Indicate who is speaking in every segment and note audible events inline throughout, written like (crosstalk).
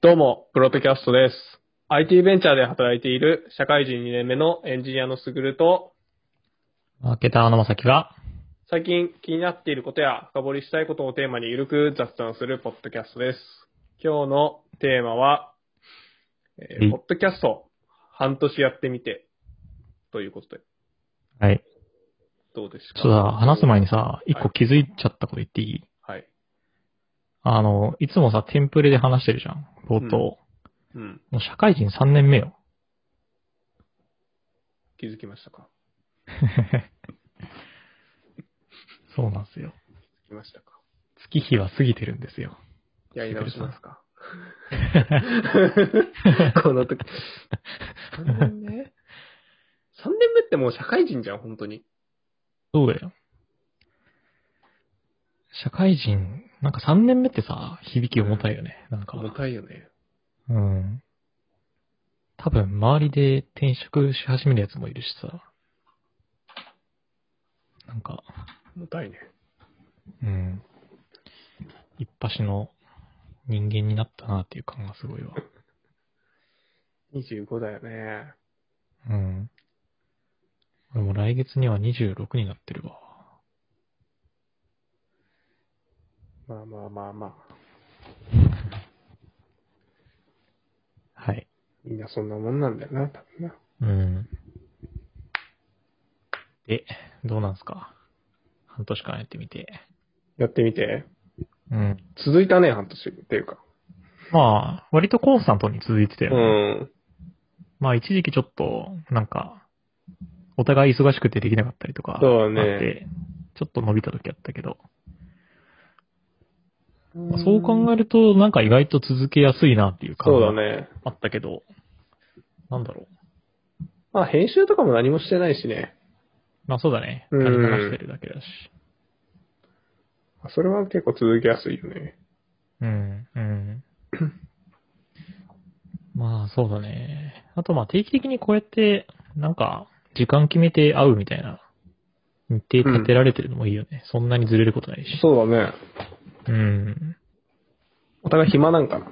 Speaker 1: どうも、プロトキャストです。IT ベンチャーで働いている社会人2年目のエンジニアのすぐると、
Speaker 2: マーケターのまさきが、
Speaker 1: 最近気になっていることや深掘りしたいことをテーマにゆるく雑談するポッドキャストです。今日のテーマは、えー
Speaker 2: はい
Speaker 1: ポッドキャスト半年やってみてということで、
Speaker 2: はい。
Speaker 1: どうですか
Speaker 2: ちょっとさ、話す前にさ、一
Speaker 1: は
Speaker 2: 個
Speaker 1: い
Speaker 2: 気づいちゃったこと言っていい、
Speaker 1: はい。
Speaker 2: あの、いつもさ、テンプレで話してるじゃん、冒頭。
Speaker 1: うんうん。
Speaker 2: もう社会人3年目よ。
Speaker 1: 気づきましたか
Speaker 2: そうなんですよ。
Speaker 1: 気づきましたか
Speaker 2: 月日は過ぎてるんですよ。
Speaker 1: やり直します (laughs) かこの時。3年目 ?3 年目ってもう社会人じゃん、本当に。
Speaker 2: そうだよ。社会人、なんか3年目ってさ、響き重たいよね。なんか。
Speaker 1: 重たいよね。
Speaker 2: うん。多分、周りで転職し始めるやつもいるしさ。なんか、
Speaker 1: 重たいね。
Speaker 2: うん。一発の人間になったなっていう感がすごいわ。
Speaker 1: 25だよね。
Speaker 2: うん。俺も来月には26になってるわ。
Speaker 1: まあまあまあまあ。
Speaker 2: はい。
Speaker 1: みんなそんなもんなんだよな、多分な。
Speaker 2: うん。で、どうなんすか半年間やってみて。
Speaker 1: やってみて。
Speaker 2: うん。
Speaker 1: 続いたね、半年っていうか。
Speaker 2: まあ、割とコンスタントに続いてた
Speaker 1: う
Speaker 2: よね。
Speaker 1: ん。
Speaker 2: まあ、一時期ちょっと、なんか、お互い忙しくてできなかったりとか、
Speaker 1: そうだね
Speaker 2: あってちょっと伸びた時あったけど、まあそう考え
Speaker 1: る
Speaker 2: ると、なんか意外と続けやすいなっていう感
Speaker 1: そう
Speaker 2: じ
Speaker 1: だ
Speaker 2: が
Speaker 1: ね。
Speaker 2: あったけど、なんだろう。
Speaker 1: まあ編集とかも何もしてないしね。
Speaker 2: まあそうだね。
Speaker 1: うん
Speaker 2: 垂れ流してるだけだし。
Speaker 1: まあそれは結構続きやすいよね。
Speaker 2: うん、うん。まあそうだね。あとまあ定期的にこうやって、なんか、時間決めて会うみたいな、日程立てられてるのもいいよね。そんなにずれることないし。
Speaker 1: そうだね。
Speaker 2: うん。
Speaker 1: お互い暇なんかな。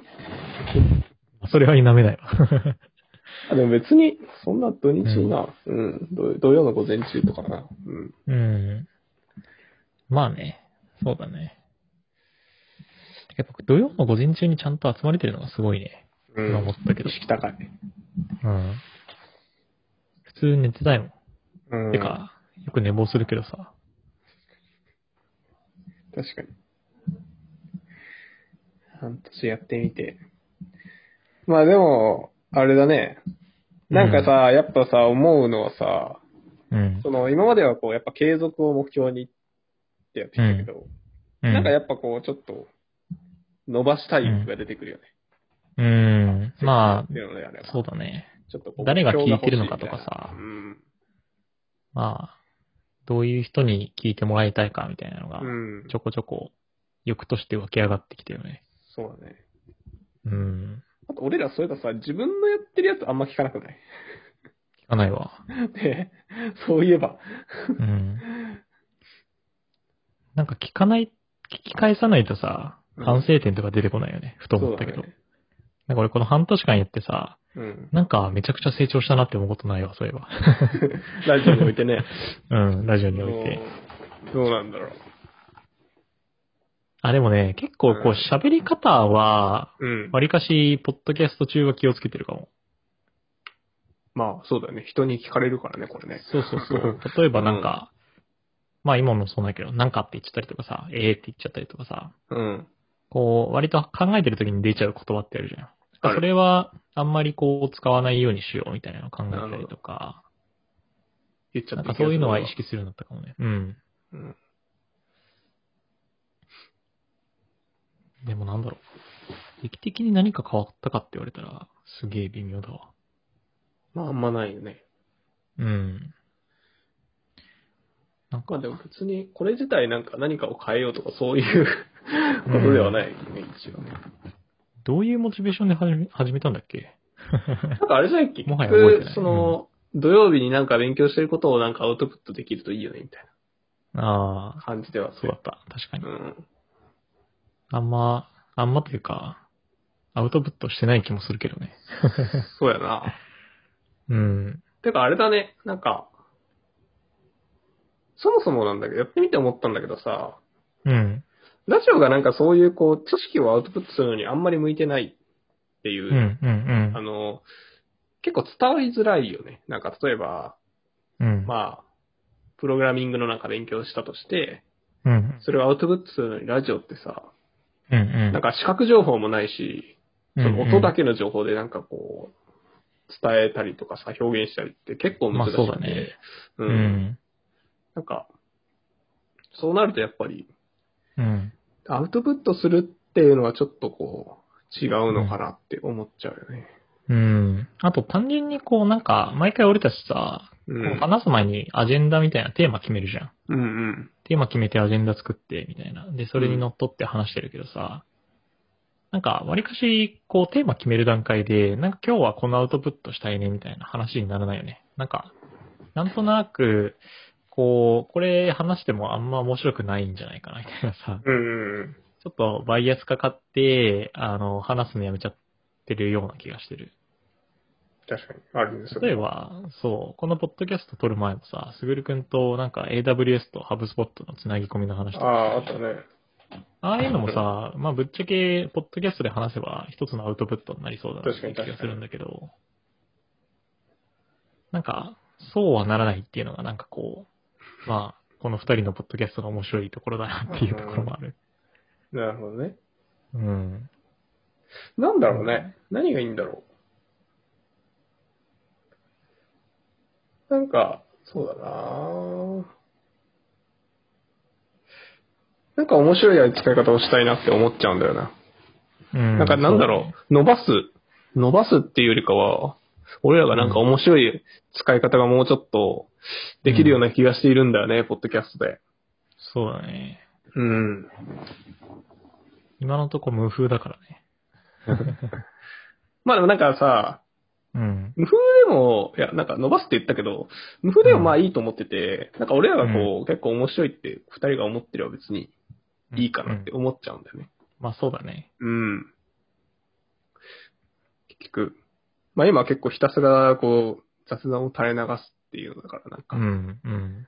Speaker 2: それは否めないわ。
Speaker 1: あ、でも別に、そんな土日な、うん、土土曜の午前中とかな。うん。
Speaker 2: うん。まあね。そうだね。やっぱ土曜の午前中にちゃんと集まれてるのがすごいね。
Speaker 1: うん。
Speaker 2: 今思ったけど
Speaker 1: 意。識高い。
Speaker 2: うん。普通寝てたいもん。
Speaker 1: うん。
Speaker 2: て。か、よく寝坊するけどさ。
Speaker 1: 確かに。半年やってみて。まあでも、あれだね。なんかさ、やっぱさ、思うのはさ、
Speaker 2: うん。
Speaker 1: その、今まではこう、やっぱ継続を目標にってやってきたけど、
Speaker 2: う
Speaker 1: なんかやっぱこう、ちょっと、伸ばしたい欲が出てくるよね。
Speaker 2: うん。ま
Speaker 1: っていうのであれば
Speaker 2: あ、そうだね。
Speaker 1: ちょっとこう
Speaker 2: 誰が聞いてるのかとかさ
Speaker 1: 目標が欲しいみ
Speaker 2: まあ、どういう人に聞いてもらいたいかみたいなの
Speaker 1: た
Speaker 2: が
Speaker 1: いな。う、ん。うん
Speaker 2: ち。ょこちょこ、欲として湧き上がってきたよね。
Speaker 1: そうだね。
Speaker 2: うん。
Speaker 1: あと俺らそういえばさ、自分のやってるやつあんま聞かなくない (laughs)
Speaker 2: 聞かないわ。
Speaker 1: ねそういえば。
Speaker 2: うん。なんか聞かない、聞き返さないとさ、
Speaker 1: うん
Speaker 2: 反省点とか出てこないよね。ふと思ったけ
Speaker 1: そ
Speaker 2: ど。
Speaker 1: うだね
Speaker 2: なんか俺この半年間やってさ、
Speaker 1: うん。
Speaker 2: なんかめちゃくちゃ成長したなって思うことないわ、そういえば。 (laughs)
Speaker 1: ラジオにおいてね。
Speaker 2: うん、ラジオにおいて。
Speaker 1: どうなんだろう。
Speaker 2: あ、でもね、結構
Speaker 1: うん
Speaker 2: こう喋り方は、
Speaker 1: うん。
Speaker 2: わりかし、ポッドキャスト中は気をつけてるかも。
Speaker 1: まあ、そうだよね。人に聞かれるからね、これね。
Speaker 2: そうそうそう。例えばなんか、まあ今もそうだけど、なんかって言っちゃったりとかさ、ええって言っちゃったりとかさ、
Speaker 1: (laughs) うん。
Speaker 2: こう、割と考えてる時に出ちゃう言葉ってあるじゃん。
Speaker 1: ある
Speaker 2: それは、あんまりこう、使わないようにしようみたいなのを考えたりとか、
Speaker 1: 言っちゃ
Speaker 2: な
Speaker 1: っ
Speaker 2: ん
Speaker 1: た
Speaker 2: かそういうのは意識するようになったかもね。うん。
Speaker 1: うん。
Speaker 2: でもなんだろう。劇的に何か変わったかって言われたら、すげえ微妙だわ。
Speaker 1: まあ、あんまないよね。
Speaker 2: うん。なん
Speaker 1: まあ
Speaker 2: か、
Speaker 1: でも別に、これ自体なんか何かを変えようとかそういう (laughs) ことではないよね、一応ね。
Speaker 2: どういうモチベーションで始め始めたんだっけ
Speaker 1: なんかあれじゃないっけ
Speaker 2: もはや覚えてない
Speaker 1: その、土曜日になんか勉強してることをなんかアウトプットできるといいよね、みたい
Speaker 2: あ
Speaker 1: な
Speaker 2: あ、
Speaker 1: 感じでは
Speaker 2: そうだった。確かに
Speaker 1: う。ん。
Speaker 2: あんま、あんまというか、アウトプットしてない気もするけどね。
Speaker 1: そうやな。
Speaker 2: うん。
Speaker 1: てかあれだね、なんか、そもそもなんだけど、やってみて思ったんだけどさ、
Speaker 2: うん。
Speaker 1: ラジオがなんかそういうこう、知識をアウトプットするのにあんまり向いてないっていうう、
Speaker 2: ん、うん
Speaker 1: あ、の、結構伝わりづらいよね。なんか例えば、
Speaker 2: うん。うん。
Speaker 1: まあ、プログラミングのなんか勉強したとして、
Speaker 2: うん、うん。
Speaker 1: それをアウトプットするのにラジオってさ、
Speaker 2: うん、うん。
Speaker 1: なんか視覚情報もないし、その音だけの情報でなんかこう、伝えたりとかさ、表現したりって結構難しくて、
Speaker 2: まあそうだね
Speaker 1: う。
Speaker 2: うんん。
Speaker 1: なんか、そうなるとやっぱり、
Speaker 2: うん。
Speaker 1: アウトプットするっていうのはちょっとこう、違うのかなって思っちゃうよね。
Speaker 2: うん。あと単純にこうなんか、毎回俺たちさ、
Speaker 1: う
Speaker 2: こ
Speaker 1: ん
Speaker 2: う。話す前にアジェンダみたいなテーマ決めるじゃん。
Speaker 1: うんうん。
Speaker 2: テーマ決めてアジェンダ作って、みたいな。で、それにのっとって話してるけどさ、なんか、わりかし、こう、テーマ決める段階で、なんか今日はこのアウトプットしたいね、みたいな話にならないよね。なんか、なんとなく、こう、これ話してもあんま面白くないんじゃないかな、みたいなさ。
Speaker 1: うんうん。
Speaker 2: ちょっとバイアスかかって、あの、話すのやめちゃってるような気がしてる。
Speaker 1: 確かに。あるんですよ。
Speaker 2: 例えば、そう、このポッドキャスト撮る前もさ、すぐるくんとなんか AWS と HubSpot のつなぎ込みの話と
Speaker 1: あ
Speaker 2: か
Speaker 1: あ、あったね。
Speaker 2: ああいうのもさ、まあぶっちゃけ、ポッドキャストで話せば一つのアウトプットになりそうだなっていう
Speaker 1: 確
Speaker 2: 気
Speaker 1: かに
Speaker 2: がするんだけど、なんか、そうはならないっていうのがなんかこう、まあ、この二人のポッドキャストの面白いところだなっていうところもある。
Speaker 1: なるほどね。
Speaker 2: うん。
Speaker 1: なんだろうね。何がいいんだろう。なんか、そうだなぁなんか面白いやり使い方をしたいなって思っちゃうんだよな。
Speaker 2: うん。
Speaker 1: なんかなんだろう、伸ばす、伸ばすっていうよりかは、俺らがなんか面白い使い方がもうちょっとできるような気がしているんだよね、ポッドキャストで。
Speaker 2: そうだね。そうだね。
Speaker 1: うん。
Speaker 2: 今のとこ無風だからね。
Speaker 1: まあでもなんかさ、
Speaker 2: うん。
Speaker 1: 無風でも、いや、なんか伸ばすって言ったけど、無風でもまあいいと思ってて、なんか俺らがこう、結構面白いって二人が思ってれば別にいいかなって
Speaker 2: うん
Speaker 1: 思っちゃうんだよね。
Speaker 2: まあそうだね。
Speaker 1: うん。結局、まあ今は結構ひたすらこう、雑談を垂れ流すっていうのだからなん
Speaker 2: う
Speaker 1: か、
Speaker 2: ん、うん。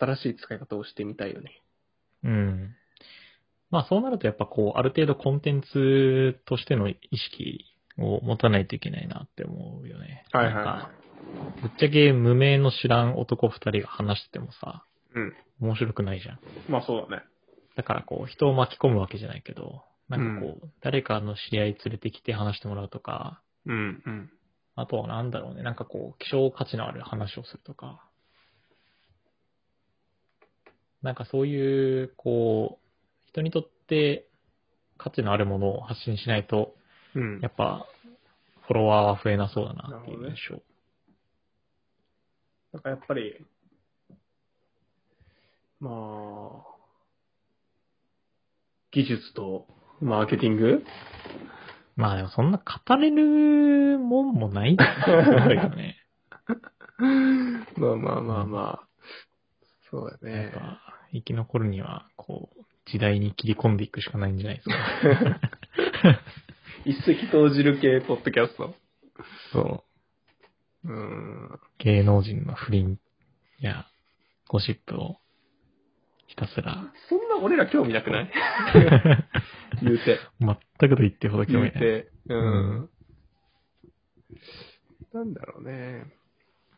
Speaker 1: 新しい使い方をしてみたいよね。
Speaker 2: うん。まあそうなるとやっぱこう、ある程度コンテンツとしての意識を持たないといけないなって思うよね。
Speaker 1: はいはい
Speaker 2: なん
Speaker 1: は
Speaker 2: かぶっちゃけ無名の知らん男二人が話しててもさ、
Speaker 1: い。うん。
Speaker 2: 面白くないじゃん。
Speaker 1: まあそうだね。
Speaker 2: だからこう、人を巻き込むわけじゃないけど、なんかこう、誰かの知り合い連れてきて話してもらうとか、
Speaker 1: うん、うん。
Speaker 2: あとはなんだろうね、なんかこう、希少価値のある話をするとか、なんかそういう、こう、人にとって価値のあるものを発信しないと、
Speaker 1: うん
Speaker 2: や。っぱ、フォロワーは増えなそうだなっていう
Speaker 1: なる
Speaker 2: 印象。
Speaker 1: なんかやっぱり、まあ、技術とマーケティング
Speaker 2: まあでもそんな語れるもんもないんだよね。
Speaker 1: まあまあまあまあ。そうだ
Speaker 2: なん
Speaker 1: ね。
Speaker 2: か、生き残るには、こう、時代に切り込んでいくしかないんじゃないですか。
Speaker 1: 一石投じる系ポッドキャスト。
Speaker 2: そう。
Speaker 1: うん。
Speaker 2: 芸能人の不倫やゴシップをひたす (laughs) ら、
Speaker 1: そんな俺ら興味なくない言うて。
Speaker 2: 全くと言ってほど興味ない。
Speaker 1: て。うん。なんだろうね。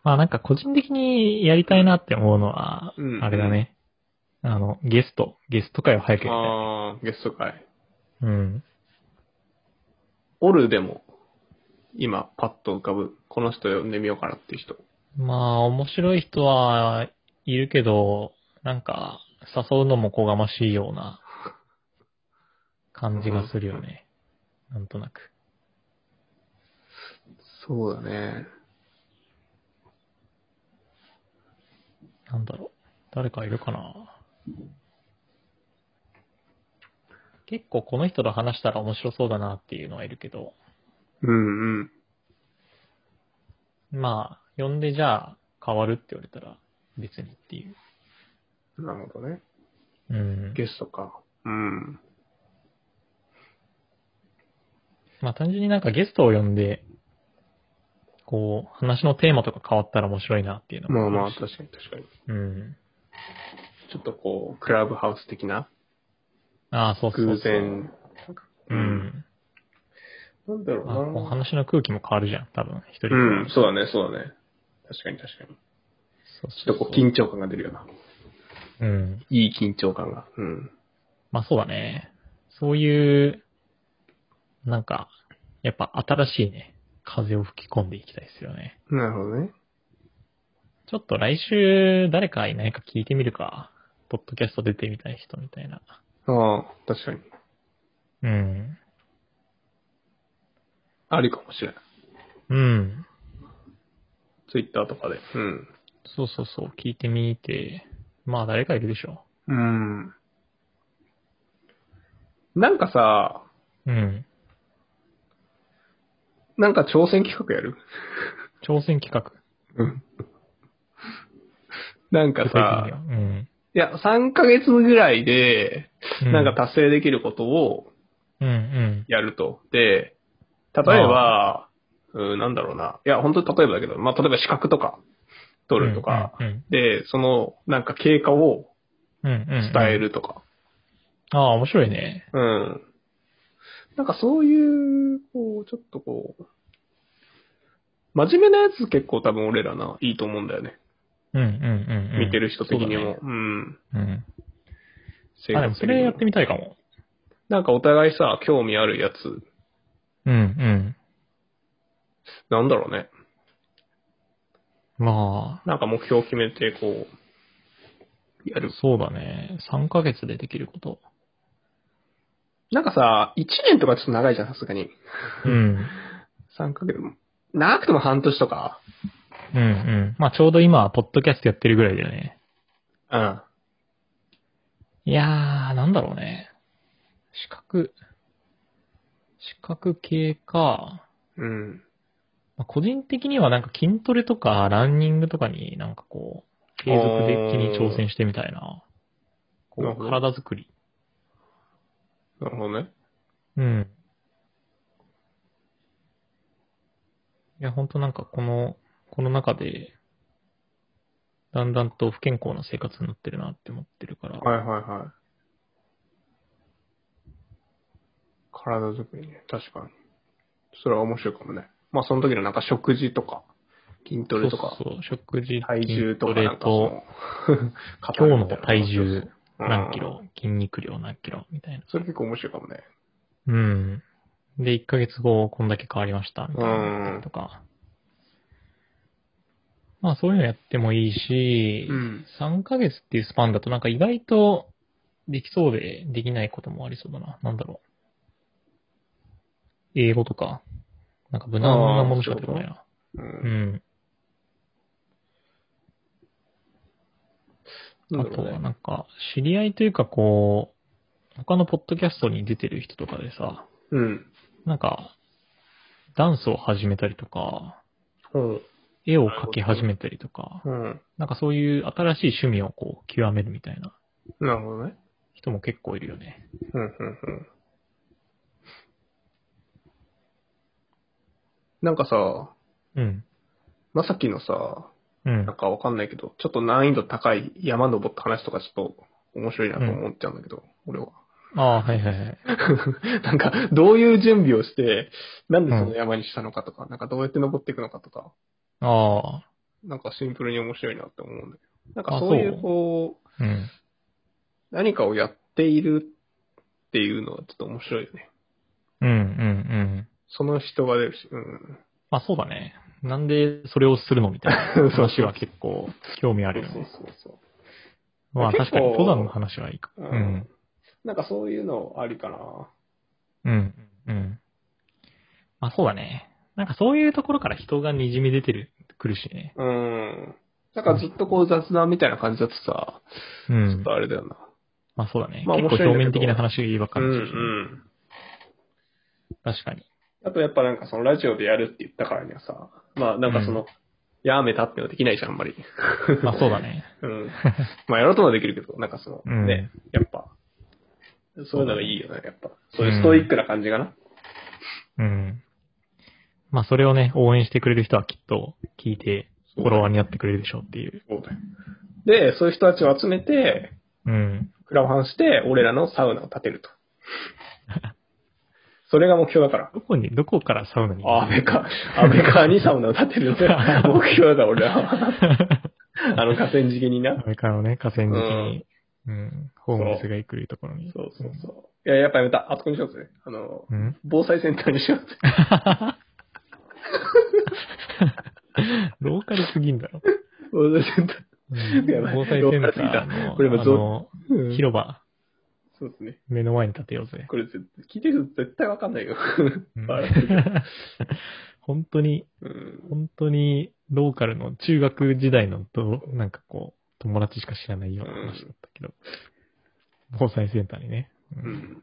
Speaker 2: まあなんか個人的にやりたいなって思うのは
Speaker 1: う、ん
Speaker 2: あれだね。あの、ゲスト、ゲスト会を早くやりたい
Speaker 1: ああ、ゲスト会。。
Speaker 2: うん。
Speaker 1: おるでも、今、パッと浮かぶ、この人呼んでみようかなっていう人。
Speaker 2: まあ面白い人はいるけど、なんか誘うのもこがましいような感じがするよね。なんとなく。
Speaker 1: そうだね。
Speaker 2: なんだろう。誰かいるかな結構この人と話したら面白そうだなっていうのはいるけど、
Speaker 1: うんうん。
Speaker 2: まあ、呼んでじゃあ変わるって言われたら別にっていう。
Speaker 1: なるほどね。
Speaker 2: うん。
Speaker 1: ゲストか。うん。
Speaker 2: まあ単純になんかゲストを呼んで、こう、話のテーマとか変わったら面白いなっていうの
Speaker 1: まあ
Speaker 2: も
Speaker 1: まあ、
Speaker 2: るし
Speaker 1: 確かに確かに。
Speaker 2: うん。
Speaker 1: ちょっとこう、クラブハウス的な
Speaker 2: ああ、そうそうそう。
Speaker 1: 偶然。
Speaker 2: うん。
Speaker 1: なんだろう
Speaker 2: まあ、こう
Speaker 1: な。
Speaker 2: 話の空気も変わるじゃん、多分、一人。
Speaker 1: うん、そうだね、そうだね。確かに確かに。
Speaker 2: そう
Speaker 1: ちょっとこう、緊張感が出るような。
Speaker 2: うん。
Speaker 1: いい緊張感が。うん。
Speaker 2: まあそうだね。そういう、なんか、やっぱ新しいね、風を吹き込んでいきたいですよね。
Speaker 1: なるほどね。
Speaker 2: ちょっと来週、誰かいないか聞いてみるか。ポッドキャスト出てみたい人みたいな。
Speaker 1: ああ、確かに。
Speaker 2: うん。
Speaker 1: ありかもしれない。
Speaker 2: うん。
Speaker 1: ツイッターとかで。うん。
Speaker 2: そうそうそう、聞いてみて。まあ誰かいるでしょ
Speaker 1: うん。なんかさ、
Speaker 2: う。うん。
Speaker 1: なんか挑戦企画やる
Speaker 2: 挑戦企画。
Speaker 1: うん。なんか
Speaker 2: 具体的には
Speaker 1: さ、
Speaker 2: うん。
Speaker 1: いや、3ヶ月ぐらいで、
Speaker 2: う
Speaker 1: なんか達成できることを
Speaker 2: うんうん。
Speaker 1: やると。で、例えば、うん、なんだろうな。いや、本当に例えばだけど、まあ、例えば資格とか、取るとか、
Speaker 2: うんうん
Speaker 1: で、その、なんか経過を
Speaker 2: うんうんうん。
Speaker 1: 伝え。るとか、
Speaker 2: ああ、面白いね。
Speaker 1: うん。なんかそういう、こう、ちょっとこう、真面目なやつ結構多分俺らな、いいと思うんだよね。
Speaker 2: うんうんうん、うん。
Speaker 1: 見てる人的にも。
Speaker 2: そう
Speaker 1: うん。
Speaker 2: だね。う
Speaker 1: 生
Speaker 2: ん。あ、で
Speaker 1: 活
Speaker 2: もそ
Speaker 1: 的に
Speaker 2: れ
Speaker 1: も
Speaker 2: やってみたいかも。
Speaker 1: なんかお互いさ、興味あるやつ、
Speaker 2: うん
Speaker 1: なんだろうね。
Speaker 2: うん。ま
Speaker 1: なんか目標を決めて、こう、や
Speaker 2: あ
Speaker 1: る。、
Speaker 2: そうだね。3ヶ月でできること。
Speaker 1: なんかさ、1年とかちょっと長いじゃん、さすがに。
Speaker 2: うん。
Speaker 1: 3ヶ月も。長くても半年とか。
Speaker 2: うんうん。まあちょうど今、ポッドキャストやってるぐらいだよね。
Speaker 1: うん。
Speaker 2: いやー、なんだろうね。資格、資格系か。
Speaker 1: うん。
Speaker 2: まあ個人的にはなんか筋トレとかランニングとかになんかこう、継続的に挑戦してみたいな。こ
Speaker 1: なる
Speaker 2: う、
Speaker 1: ほど
Speaker 2: 体作り。
Speaker 1: なるほどね。
Speaker 2: うん。いや、ほんとなんかこの、この中で、だんだんと不健康な生活になってるなって思ってるから、
Speaker 1: はいはいはい。体作りね。確かに。それは面白いかもね。まあその時のなんか食事とか、筋トレとか、
Speaker 2: そうそうそう、食事、
Speaker 1: 体重とか
Speaker 2: 筋
Speaker 1: なんか
Speaker 2: ト
Speaker 1: そ
Speaker 2: レ
Speaker 1: (laughs) の
Speaker 2: と、
Speaker 1: 肩
Speaker 2: 今
Speaker 1: み
Speaker 2: 日
Speaker 1: た
Speaker 2: の
Speaker 1: いな
Speaker 2: 体重
Speaker 1: うん
Speaker 2: 何キロ、筋肉量何キロみたいな。
Speaker 1: それ結構面白いかもね。
Speaker 2: うん。で、1ヶ月後、こんだけ変わりました、みたいなのだったりとか。まあ、そういうのやってもいいし、
Speaker 1: うん
Speaker 2: 3ヶ月っていうスパンだとなんか意外とできそうでできないこともありそうだな。なんだろう。英語とか、なんか無難なものしか出てこないな。
Speaker 1: う。
Speaker 2: うんん。
Speaker 1: な
Speaker 2: あ
Speaker 1: んだ
Speaker 2: と
Speaker 1: ろう
Speaker 2: は
Speaker 1: ね。
Speaker 2: なんか、知り合いというかこう、他のポッドキャストに出てる人とかでさ、
Speaker 1: うん。
Speaker 2: なんか、ダンスを始めたりとか、
Speaker 1: うん。
Speaker 2: 絵を描き始めたりとか、
Speaker 1: うん。
Speaker 2: なんかそういう新しい趣味をこう極めるみたいな
Speaker 1: なるほどね。
Speaker 2: 人も結構いるよね。
Speaker 1: うん、うん、うん。なんかさ、
Speaker 2: うん。
Speaker 1: まさきのさ、
Speaker 2: うん
Speaker 1: なん。かわかんないけど、ちょっと難易度高い山登った話とかちょっと面白いなと思っちゃうんだけど、俺は。 (laughs)
Speaker 2: ああ、はいはいはい。
Speaker 1: なんか、どういう準備をして、なんでその山にしたのかとか、なんかどうやって登っていくのかとか、
Speaker 2: あ
Speaker 1: なんかシンプルに面白いなって思うんだけど。なんか
Speaker 2: あ
Speaker 1: そうい
Speaker 2: そう
Speaker 1: うこう、
Speaker 2: あ、うん。
Speaker 1: 何かをやっているっていうのはちょっと面白いよね。
Speaker 2: うんうんうん。
Speaker 1: その人が出るし、うん。
Speaker 2: まあそうだね。なんでそれをするのみたいな
Speaker 1: (laughs) そう
Speaker 2: 話は結構興味あるよ
Speaker 1: そう
Speaker 2: ね。
Speaker 1: そうそう
Speaker 2: まあ
Speaker 1: 結構
Speaker 2: 確かに登山の話はいいか。う
Speaker 1: うんん。なんかそういうのありかな。
Speaker 2: うん。うん。まあそうだね。なんかそういうところから人がにじみ出てる、くるしね。
Speaker 1: うん。なんかずっとこう雑談みたいな感じだとさ、
Speaker 2: う
Speaker 1: ちょっ
Speaker 2: ん
Speaker 1: と。あれだよな。
Speaker 2: まあそうだね。
Speaker 1: まあ
Speaker 2: 結
Speaker 1: 面白いんだ
Speaker 2: 構
Speaker 1: けど
Speaker 2: 表面的な話ばっか
Speaker 1: う
Speaker 2: り
Speaker 1: ん
Speaker 2: だ
Speaker 1: うん。
Speaker 2: し確かに。
Speaker 1: あとやっぱなんかそのラジオでやるって言ったからにはさ、まあなんかその、
Speaker 2: う
Speaker 1: やめたっていうのはできないじゃん、あんまり。
Speaker 2: まあそうだね。
Speaker 1: (laughs) うん。まあやろうともできるけど、なんかその、
Speaker 2: うん
Speaker 1: ね、やっぱ、そういうのがいいよね、やっぱ。そういうストイックな感じかな。
Speaker 2: うん。まあそれをね、応援してくれる人はきっと聞いて、フォロワーになってくれるでしょうっていう。
Speaker 1: そうだよ。で、そういう人たちを集めて、
Speaker 2: うん。
Speaker 1: クラファンして、俺らのサウナを建てる (laughs) と。それが目標だから。
Speaker 2: どこに、どこからサウナに
Speaker 1: アメカ、アメカにサウナを建てるのが目標だ、俺ら (laughs) は。あの河川敷にな。
Speaker 2: アメリカのね、河川敷に、うん、ホームレスが行くところに。
Speaker 1: そうそうそう。いや、やっぱやめた。あそこにしようぜ。あの、
Speaker 2: うん。
Speaker 1: 防災センターにしようぜ。 (laughs)
Speaker 2: ローカルすぎんだろ。
Speaker 1: 防災センター。
Speaker 2: うん
Speaker 1: やばい
Speaker 2: 防災センターの、
Speaker 1: これも
Speaker 2: あ
Speaker 1: ゾ
Speaker 2: の、
Speaker 1: うん
Speaker 2: 広場、
Speaker 1: そうですね。
Speaker 2: 目の前に建てようぜ。
Speaker 1: これ絶対、聞いてる人絶対わかんないよ。 (laughs)
Speaker 2: うん
Speaker 1: 笑ってるけど
Speaker 2: (laughs) 本当に、
Speaker 1: うん
Speaker 2: 本当に、ローカルの中学時代のと、なんかこう、友達しか知らないような話だったけど、防災センターにね。う
Speaker 1: うん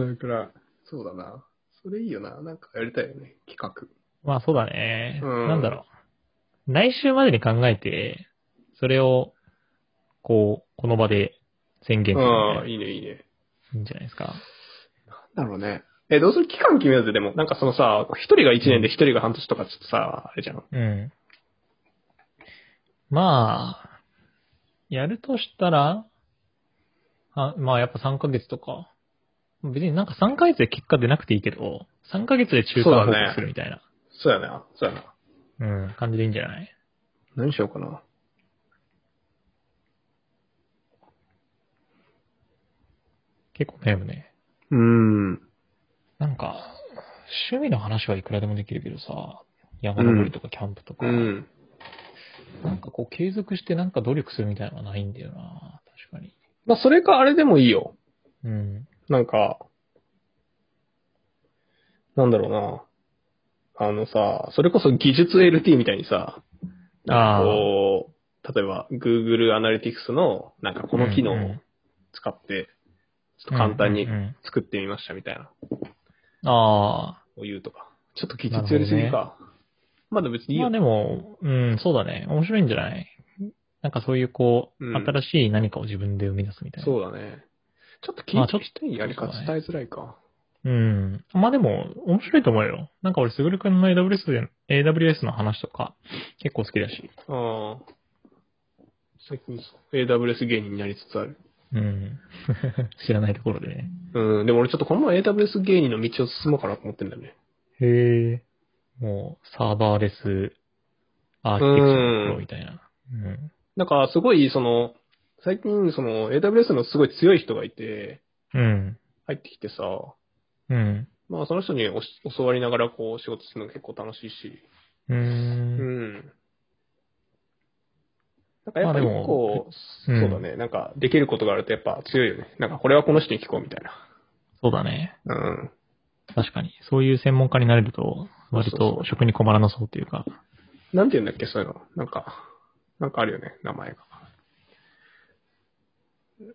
Speaker 1: ん。だから、そうだな。それいいよな。なんかやりたいよね。企画。
Speaker 2: まあそうだね。
Speaker 1: うん
Speaker 2: なんだろう。来週までに考えて、それを、こう、この場で宣言するみ
Speaker 1: あ
Speaker 2: た
Speaker 1: あ、
Speaker 2: い
Speaker 1: いいね、いいね。
Speaker 2: な。いいんじゃないですか。
Speaker 1: なんだろうね。え、どうする期間決めようぜ、でも。なんかそのさ、一人が一年で一人が半年とかちょっとさ、あれじゃん。
Speaker 2: うん。まあ、やるとしたら、あまあやっぱ3ヶ月とか。別になんか3ヶ月で結果出なくていいけど、3ヶ月で中間報
Speaker 1: そうだね
Speaker 2: 告するみたいな
Speaker 1: そうやな、そうやな。
Speaker 2: う、ん、感じでいいんじゃない
Speaker 1: 何しようかな。
Speaker 2: 結構悩むね。
Speaker 1: うーん。
Speaker 2: なんか、趣味の話はいくらでもできるけどさ、山登りとかキャンプとか、
Speaker 1: うん。
Speaker 2: なんかこう継続してなんか努力するみたいなのはないんだよな確かに。
Speaker 1: まあ、それかあれでもいいよ。
Speaker 2: うん。
Speaker 1: なんか、なんだろうな。あのさ、それこそ技術 LT みたいにさ、
Speaker 2: ああ
Speaker 1: こう、例えば Google Analytics の、なんかこの機能を
Speaker 2: うんうん
Speaker 1: 使って、ちょっと簡単に
Speaker 2: うんうんうん
Speaker 1: 作ってみましたみたいな、
Speaker 2: ああ、
Speaker 1: を言うとか。ちょっと技術 LT か。まだ別にいい
Speaker 2: ま
Speaker 1: よ。
Speaker 2: あでも、うん、そうだね。面白いんじゃないなんかそういうこう、
Speaker 1: うん
Speaker 2: 新しい何かを自分で生み出すみたいな。。
Speaker 1: そううだね。ちょっと
Speaker 2: ま
Speaker 1: 聞
Speaker 2: あ
Speaker 1: い
Speaker 2: ちょ
Speaker 1: て
Speaker 2: っと
Speaker 1: 人にやり方伝えづらいか。
Speaker 2: ん。まあでも、面白いと思うよ。なんか俺、すぐるくんの AWS で、AWS の話とか、結構好きだし。
Speaker 1: ああ。最近そう、AWS 芸人になりつつある。
Speaker 2: うん。 (laughs) 知らないところでね。
Speaker 1: うん、でも俺ちょっとこのまま AWS 芸人の道を進もうかなと思ってんだよね。
Speaker 2: へえ。もう、サーバーレス、アーキテクチャのプロみたいな。うん。
Speaker 1: なんかすごい、その、最近その AWS のすごい強い人がいて、
Speaker 2: うん。
Speaker 1: 入ってきてさ、
Speaker 2: うん。
Speaker 1: まあその人におし教わりながらこう仕事するの結構楽しいし、
Speaker 2: うー。
Speaker 1: うんん。なんかやっぱり
Speaker 2: まあでも
Speaker 1: こう、
Speaker 2: うん
Speaker 1: そうだね、なんかできることがあるとやっぱ強いよね。なんかこれはこの人に聞こうみたい
Speaker 2: そうだね。
Speaker 1: な。うん。
Speaker 2: 確かに。そういう専門家になれると、割
Speaker 1: そうそうそ
Speaker 2: と
Speaker 1: う
Speaker 2: 職に困らなそうっていうか。
Speaker 1: なんて言うんだっけ、そういうの。なんか、なんかあるよね、名前が。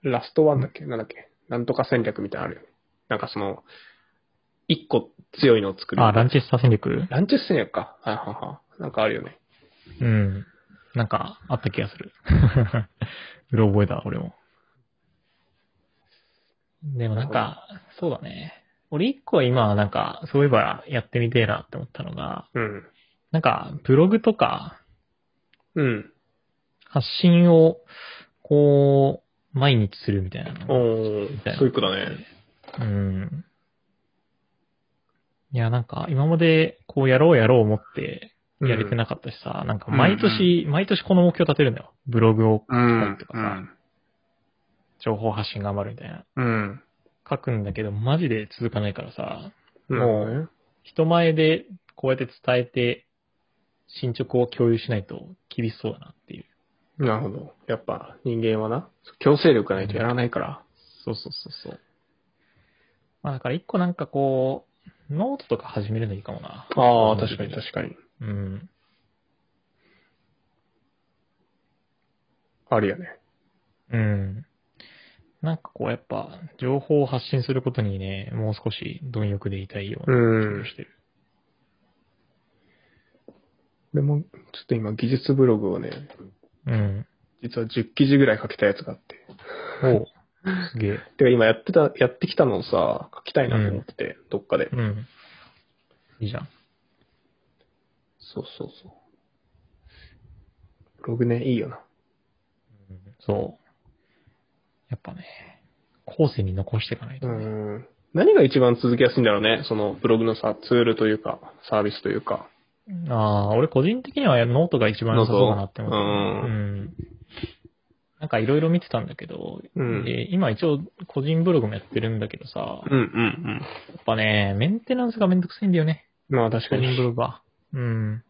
Speaker 1: ラストワンだっけなんだっけなんとか戦略みたいなのあるよね。なんかその、一個強いのを作る。
Speaker 2: あ、ランチェスター戦略
Speaker 1: ランチェス戦略か。はいはいはい。なんかあるよね。
Speaker 2: うん。なんか、あった気がする。 (laughs) うろ覚えだ、俺も。でもなんか、そうだね。俺一個は今、なんか、そういえばやってみてえなって思ったのが、
Speaker 1: うん。
Speaker 2: なんか、ブログとか、
Speaker 1: うん。
Speaker 2: 発信を、こう、毎日するみたいなの。
Speaker 1: お
Speaker 2: み
Speaker 1: ー、
Speaker 2: たいな
Speaker 1: そういうことだね。
Speaker 2: うん。いや、なんか、今まで、こう、やろうやろう思って、やれてなかったしさ、なんか、毎年、毎年この目標立てるんだよ。ブログを
Speaker 1: う
Speaker 2: 書
Speaker 1: ん
Speaker 2: いとかさ、。情報発信頑張るみたいな。
Speaker 1: うん。
Speaker 2: 書くんだけど、マジで続かないからさ、
Speaker 1: うん。
Speaker 2: もう
Speaker 1: うん
Speaker 2: 人前でこうやって伝えて、進捗を共有しないと厳しそうだなっていう。
Speaker 1: なるほど。やっぱ人間はな、強制力がないとやらないから。
Speaker 2: そうそうそうそう。まあだから一個なんかこう、ノートとか始めるのいいかもな。
Speaker 1: ああ、確かに確かに。
Speaker 2: うん。
Speaker 1: あるよね。
Speaker 2: うん。なんかこうやっぱ、情報を発信することにね、もう少し貪欲でいたいような気がしてる。
Speaker 1: でも、ちょっと今技術ブログをね、
Speaker 2: うん。
Speaker 1: 実は10記事ぐらい書きたいやつがあって。
Speaker 2: おうすげえ。
Speaker 1: てか今やってた、やってきたのをさ、書きたいなと思ってて、どっかで。
Speaker 2: うん。いいじゃん。
Speaker 1: そうそうそう。ブログね、いいよな。
Speaker 2: そう。やっぱね、後世に残していかないうとね、
Speaker 1: ん。何が一番続きやすいんだろうね。そのブログのさ、ツールというか、サービスというか。
Speaker 2: ああ、俺個人的にはノートが一番良さそうかなって思ってる。
Speaker 1: ノ
Speaker 2: うん。なんかいろいろ見てたんだけど、
Speaker 1: うん
Speaker 2: で今一応個人ブログもやってるんだけどさ、
Speaker 1: うんうん
Speaker 2: やっぱね、メンテナンスがめんどくさいんだよね。
Speaker 1: うん。まあ確
Speaker 2: 個
Speaker 1: か
Speaker 2: 人
Speaker 1: に。
Speaker 2: ブログは。うん。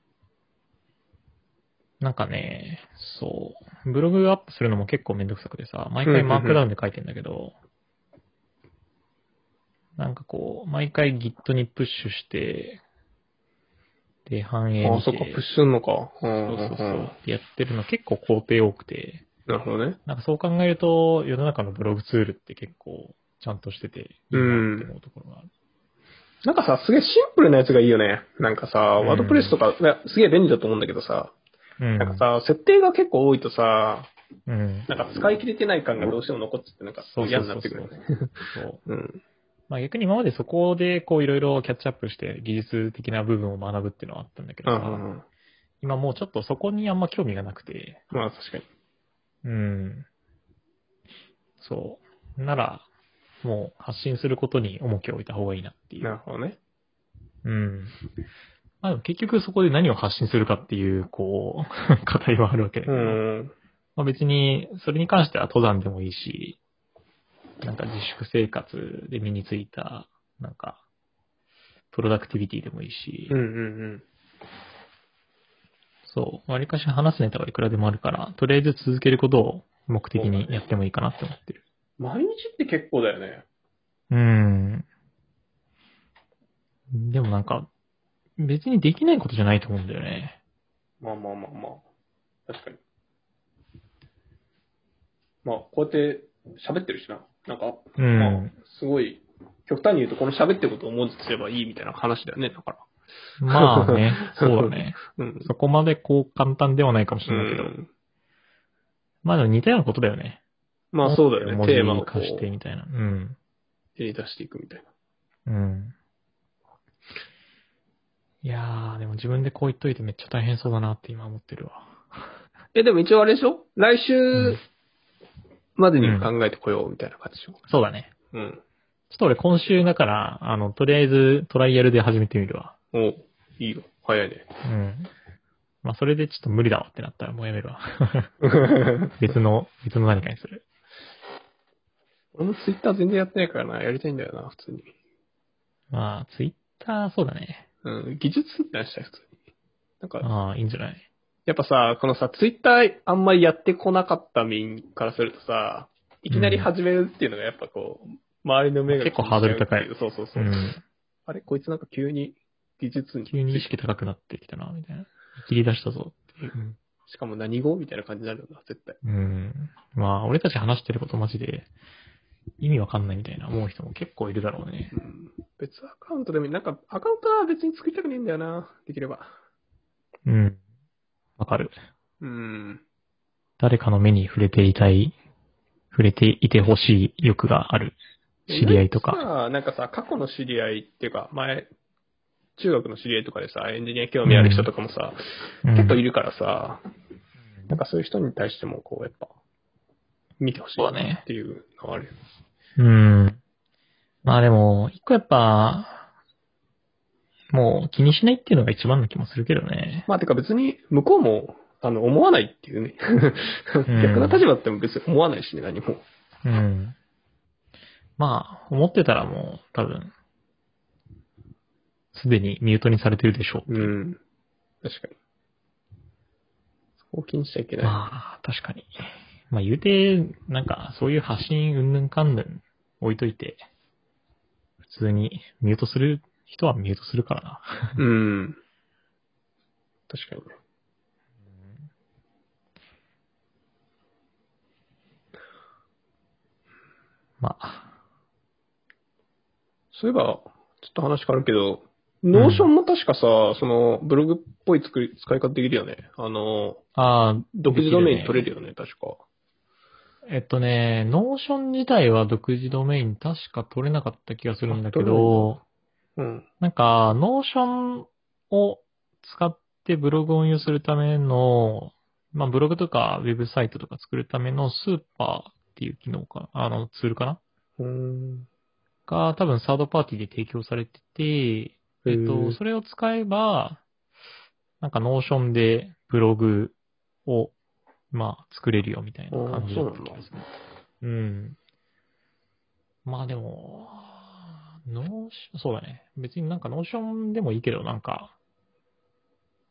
Speaker 2: なんかね、そう。ブログアップするのも結構めんどくさくてさ、毎回マークダウンで書いてんだけど、なんかこう、毎回 Git にプッシュして、で、反映
Speaker 1: あ
Speaker 2: 見
Speaker 1: あ、
Speaker 2: て
Speaker 1: そっか、プッシュすんのか。うん
Speaker 2: そううそうそ
Speaker 1: ん
Speaker 2: う。やってるの結構工程多くて、
Speaker 1: うん。なるほどね。
Speaker 2: なんかそう考えると、世の中のブログツールって結構ちゃんとしてて、いいなって思うところがある。
Speaker 1: なんかさ、すげえシンプルなやつがいいよね。なんかさ、
Speaker 2: ん
Speaker 1: ワードプレスとか、いやすげえ便利だと思うんだけどさ、
Speaker 2: うん。
Speaker 1: なんかさ、設定が結構多いとさ、
Speaker 2: うん。
Speaker 1: なんか使い切れてない感がどうしても残っちゃって、なんか
Speaker 2: そうそうそうそう
Speaker 1: 嫌になってくるよね。
Speaker 2: そう。
Speaker 1: うん。
Speaker 2: まあ逆に今までそこでこういろいろキャッチアップして技術的な部分を学ぶっていうのはあったんだけど
Speaker 1: う
Speaker 2: さ、
Speaker 1: んうんうん。
Speaker 2: 今もうちょっとそこにあんま興味がなくて、
Speaker 1: まあ確かに。
Speaker 2: うん。そう。なら、もう発信することに重きを置いた方がいいなってい
Speaker 1: なる
Speaker 2: う。
Speaker 1: ほどね。
Speaker 2: うん。まあでも結局そこで何を発信するかっていう、こう、 (laughs) 課題はあるわけだけ
Speaker 1: う
Speaker 2: ど、
Speaker 1: ん。
Speaker 2: まあ別に、それに関しては登山でもいいし、なんか自粛生活で身についた、なんか、プロダクティビティでもいいし、
Speaker 1: うんうん
Speaker 2: そう、わりかし話すネタはいくらでもあるから、とりあえず続けることを目的にやってもいいかなって思ってる。
Speaker 1: うん。毎日って結構だよね。
Speaker 2: うん。でもなんか、別にできないことじゃないと思うんだよね。
Speaker 1: まあまあまあまあ。確かに。まあ、こうやって喋ってるしな。なんか、
Speaker 2: うん
Speaker 1: まあ、すごい、極端に言うと、この喋ってることを文字すればいいみたいな話だよね、だから。
Speaker 2: ま
Speaker 1: (laughs)
Speaker 2: あね、そうだね。
Speaker 1: うん。
Speaker 2: そこまでこう簡単ではないかもし
Speaker 1: う
Speaker 2: れないけど、
Speaker 1: ん。
Speaker 2: まあでも似たようなことだよね。
Speaker 1: まあそうだよね、
Speaker 2: 文字
Speaker 1: テーマをこ
Speaker 2: 化して
Speaker 1: う、
Speaker 2: みたいな。うん。
Speaker 1: 切り出していくみたいな。
Speaker 2: うん。いやー、でも自分でこう言っといてめっちゃ大変そうだなって今思ってるわ。
Speaker 1: え、でも一応あれでしょ来
Speaker 2: うん
Speaker 1: 週までに考えてこようみたいな感じでしょ。
Speaker 2: そうだね。
Speaker 1: うん。
Speaker 2: ちょっと俺今週だから、あの、とりあえずトライアルで始めてみるわ。
Speaker 1: おういいよ。早い
Speaker 2: (laughs)
Speaker 1: ね。
Speaker 2: うん。まあ、それでちょっと無理だわってなったらもうやめるわ。 (laughs) 別の、別の何かにする。
Speaker 1: 俺もツイッター全然やってないからな、やりたいんだよな、普通に。
Speaker 2: まあ、ツイッター、そうだね。
Speaker 1: うん、技術みたいなしたい、普通に。なんか、
Speaker 2: ああ、いいんじゃない
Speaker 1: やっぱさ、このさ、ツイッターあんまりやってこなかった民からするとさ、いきなり始めるっていうのがやっぱこう、周りの目が
Speaker 2: 結構ハードル高い
Speaker 1: そうそう
Speaker 2: う
Speaker 1: そう。
Speaker 2: ん。
Speaker 1: あれこいつなんか急に技術に。
Speaker 2: 急に意識高くなってきたな、みたいな。切り出したぞっていう。
Speaker 1: しかも何語みたいな感じになるよな、絶対。
Speaker 2: うん。まあ、俺たち話してることマジで、意味わかんないみたいな思う人も結構いるだろうね。
Speaker 1: うん。別アカウントでもいい、なんかアカウントは別に作りたくねえんだよな、できれば。
Speaker 2: うん。わかる。
Speaker 1: うん。
Speaker 2: 誰かの目に触れていたい、触れていてほしい欲がある。知り合いとか。
Speaker 1: さなんかさ、過去の知り合いっていうか、前、中学の知り合いとかでさ、エンジニア興味ある人とかもさ、結構い
Speaker 2: る。
Speaker 1: るからさ、なんかそういう人に対しても、こう、やっぱ、見てほしい
Speaker 2: そうだね
Speaker 1: っていうのはあるよ。
Speaker 2: うん。まあでも、一個やっぱ、もう気にしないっていうのが一番の気もするけどね。
Speaker 1: まあ、てか別に、向こうも、あの、思わないっていうね。逆の立場っても別に思わないしね、何も。
Speaker 2: うん。まあ、思ってたらもう、多分、すでにミュートにされてるでしょう。
Speaker 1: うん。確かに。そこを気にしちゃいけない。
Speaker 2: まあ、確かに。まあ言うて、なんか、そういう発信うんぬんかんぬん置いといて、普通にミュートする人はミュートするからな。
Speaker 1: うん。確かにね。
Speaker 2: まあ、
Speaker 1: そういえば、ちょっと話変わるけど、ノーションも確かさ、その、ブログっぽい作り使い方できるよね。あの、
Speaker 2: ああ、
Speaker 1: 独自ドメイン取れるよね、確か。
Speaker 2: えっとね、ノーション自体は独自ドメイン確か取れなかった気がするんだけ
Speaker 1: あ取れな
Speaker 2: ど、
Speaker 1: うん。
Speaker 2: なんか、ノーションを使ってブログを運用するための、まあ、ブログとかウェブサイトとか作るためのスーパーっていう機能か、あの、ツールかな
Speaker 1: うん。
Speaker 2: が多分サードパーティーで提供されてて、えっ
Speaker 1: へ
Speaker 2: と
Speaker 1: え、
Speaker 2: それを使えば、なんかノーションでブログを、まあ、作れるよみたいな感じだった気がする。うん。まあでも、ノーション、そうだね。別になんかノーションでもいいけど、なんか、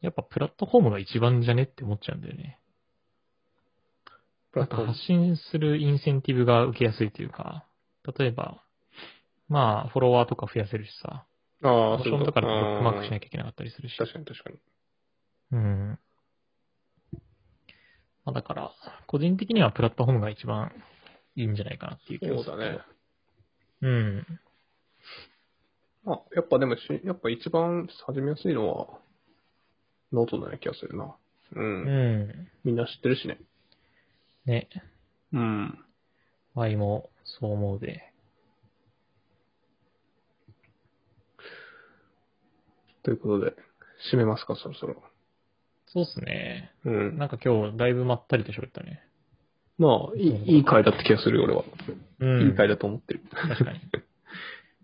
Speaker 2: やっぱプラットフォームが一番じゃねって思っちゃうんだよね。
Speaker 1: プラットフォーム
Speaker 2: 発信するインセンティブが受けやすいというか、例えば、まあ、フォロワーとか増やせるしさ、
Speaker 1: あ
Speaker 2: ノ
Speaker 1: あ、
Speaker 2: ー
Speaker 1: そ
Speaker 2: シ
Speaker 1: うい
Speaker 2: ョ
Speaker 1: う
Speaker 2: ン
Speaker 1: こと
Speaker 2: かでブロックマークしな
Speaker 1: き
Speaker 2: きゃいけなかったりするし。
Speaker 1: 確かに確かに。
Speaker 2: うん。まあだから、個人的にはプラットフォームが一番いいんじゃないかなっていう気がする。
Speaker 1: そうだね。
Speaker 2: うん。
Speaker 1: まあ、やっぱでもし、やっぱ一番始めやすいのは、ノートなような気がするな。うん。
Speaker 2: う
Speaker 1: みんな知ってるしね。
Speaker 2: ん。ね。
Speaker 1: うん。
Speaker 2: ワイもそう思うで。
Speaker 1: ということで、締めますか、そろそろ。
Speaker 2: そうっすね。
Speaker 1: うん。
Speaker 2: なんか今日だいぶまったりと喋ったね。
Speaker 1: まあ、いい、いい回だった気がするよ、俺は。
Speaker 2: うん。
Speaker 1: いい回だと思ってる。
Speaker 2: 確かに。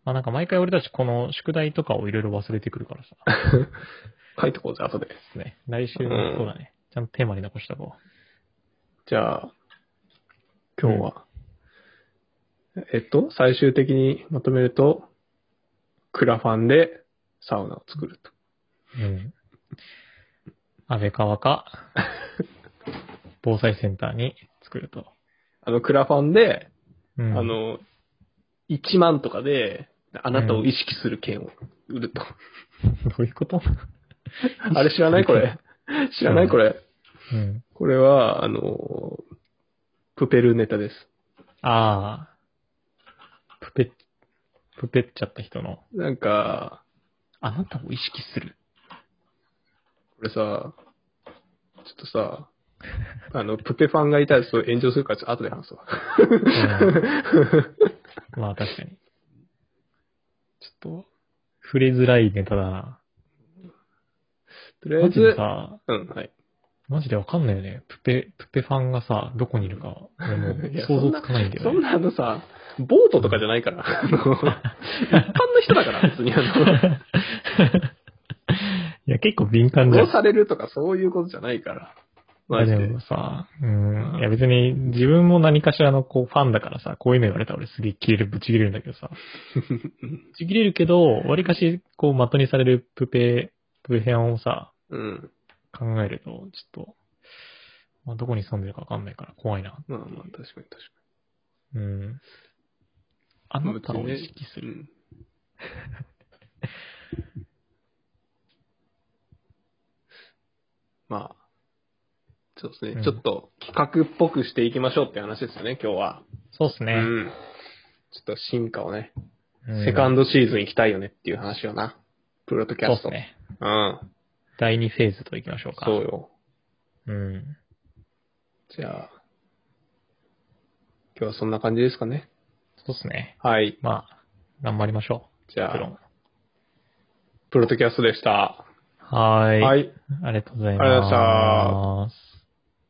Speaker 2: まあなんか毎回俺たちこの宿題とかをいろいろ忘れてく
Speaker 1: (laughs)
Speaker 2: るからさ。
Speaker 1: 書いてこうぜ、後で。
Speaker 2: ですね。来週
Speaker 1: うん
Speaker 2: もそうだね。ちゃんとテーマに残したこ
Speaker 1: じゃあ、今日は、えっと、最終的にまとめると、クラファンでサウナを作ると。
Speaker 2: う。うん。安倍
Speaker 1: (laughs)
Speaker 2: 川か、防災センターに作ると。
Speaker 1: あの、クラファンで、
Speaker 2: うん。
Speaker 1: あ、の、1万とかで、あなたを意識する券を売ると。
Speaker 2: どういうこと
Speaker 1: あれ知らないこれ。知らないこれ。
Speaker 2: うん。
Speaker 1: これは、あの、プペルネタです。
Speaker 2: ああ。プペ、プペっちゃった人の、
Speaker 1: なんか、
Speaker 2: あなたを意識する。
Speaker 1: これさ、ちょっとさ、あの、プペファンがいたらそう炎上するから、ちょっと後で話すわ。 (laughs)
Speaker 2: まあ確かに。
Speaker 1: ちょっ
Speaker 2: 触れづらいネタだな。
Speaker 1: と、とりあえ
Speaker 2: マジで
Speaker 1: ず、
Speaker 2: さ、
Speaker 1: うん、はい。
Speaker 2: マジでわかんないよね。プペ、プペファンがさ、どこにいるか、もう
Speaker 1: いや
Speaker 2: 想像つかないんだよ
Speaker 1: そ
Speaker 2: ね
Speaker 1: ん。なあのさ、ボートとかじゃない
Speaker 2: (laughs)
Speaker 1: から、あの、一般の人だから、別にあの、
Speaker 2: (laughs) いや、結構敏感じゃん
Speaker 1: 殺。されるとかそういうことじゃないから。マジ
Speaker 2: いや
Speaker 1: で。
Speaker 2: もさ、うん。いや別に自分も何かしらのこうファンだからさ、こういうの言われたら俺すげえ切れる、ぶち切れるんだけどさ。
Speaker 1: (laughs)
Speaker 2: ぶち切れるけど、割かしこう的にされるプペ、プペヘアンをさ、
Speaker 1: うん。
Speaker 2: 考えると、ちょっと、まあ、どこに住んでるかわかんないから怖いな。
Speaker 1: まあまあ、確かに確か
Speaker 2: うん。あ
Speaker 1: に。
Speaker 2: なたを意識す
Speaker 1: う
Speaker 2: る。
Speaker 1: ん。 (laughs) まあ、そうですね、
Speaker 2: うん
Speaker 1: ちょっと企画っぽくしていきましょうって話ですよね、今日は。
Speaker 2: そうっす
Speaker 1: う
Speaker 2: ね。
Speaker 1: ん。ちょっと進化をね、
Speaker 2: うん
Speaker 1: セカンドシーズン行きたいよねっていう話よな。プロトキ
Speaker 2: そ
Speaker 1: ャ
Speaker 2: うっ
Speaker 1: ス
Speaker 2: す
Speaker 1: ト。
Speaker 2: ね。
Speaker 1: うん。
Speaker 2: 第2フェーズといきましょうか。
Speaker 1: そうよ。
Speaker 2: うん。
Speaker 1: じゃあ、今日はそんな感じですかね。
Speaker 2: そうっすね。
Speaker 1: はい。
Speaker 2: まあ、頑張りましょう。
Speaker 1: じゃあ
Speaker 2: プロも
Speaker 1: プロトキャストでした。
Speaker 2: はーい。
Speaker 1: はい。
Speaker 2: ありがとうござい
Speaker 1: ありがとうござい
Speaker 2: ます。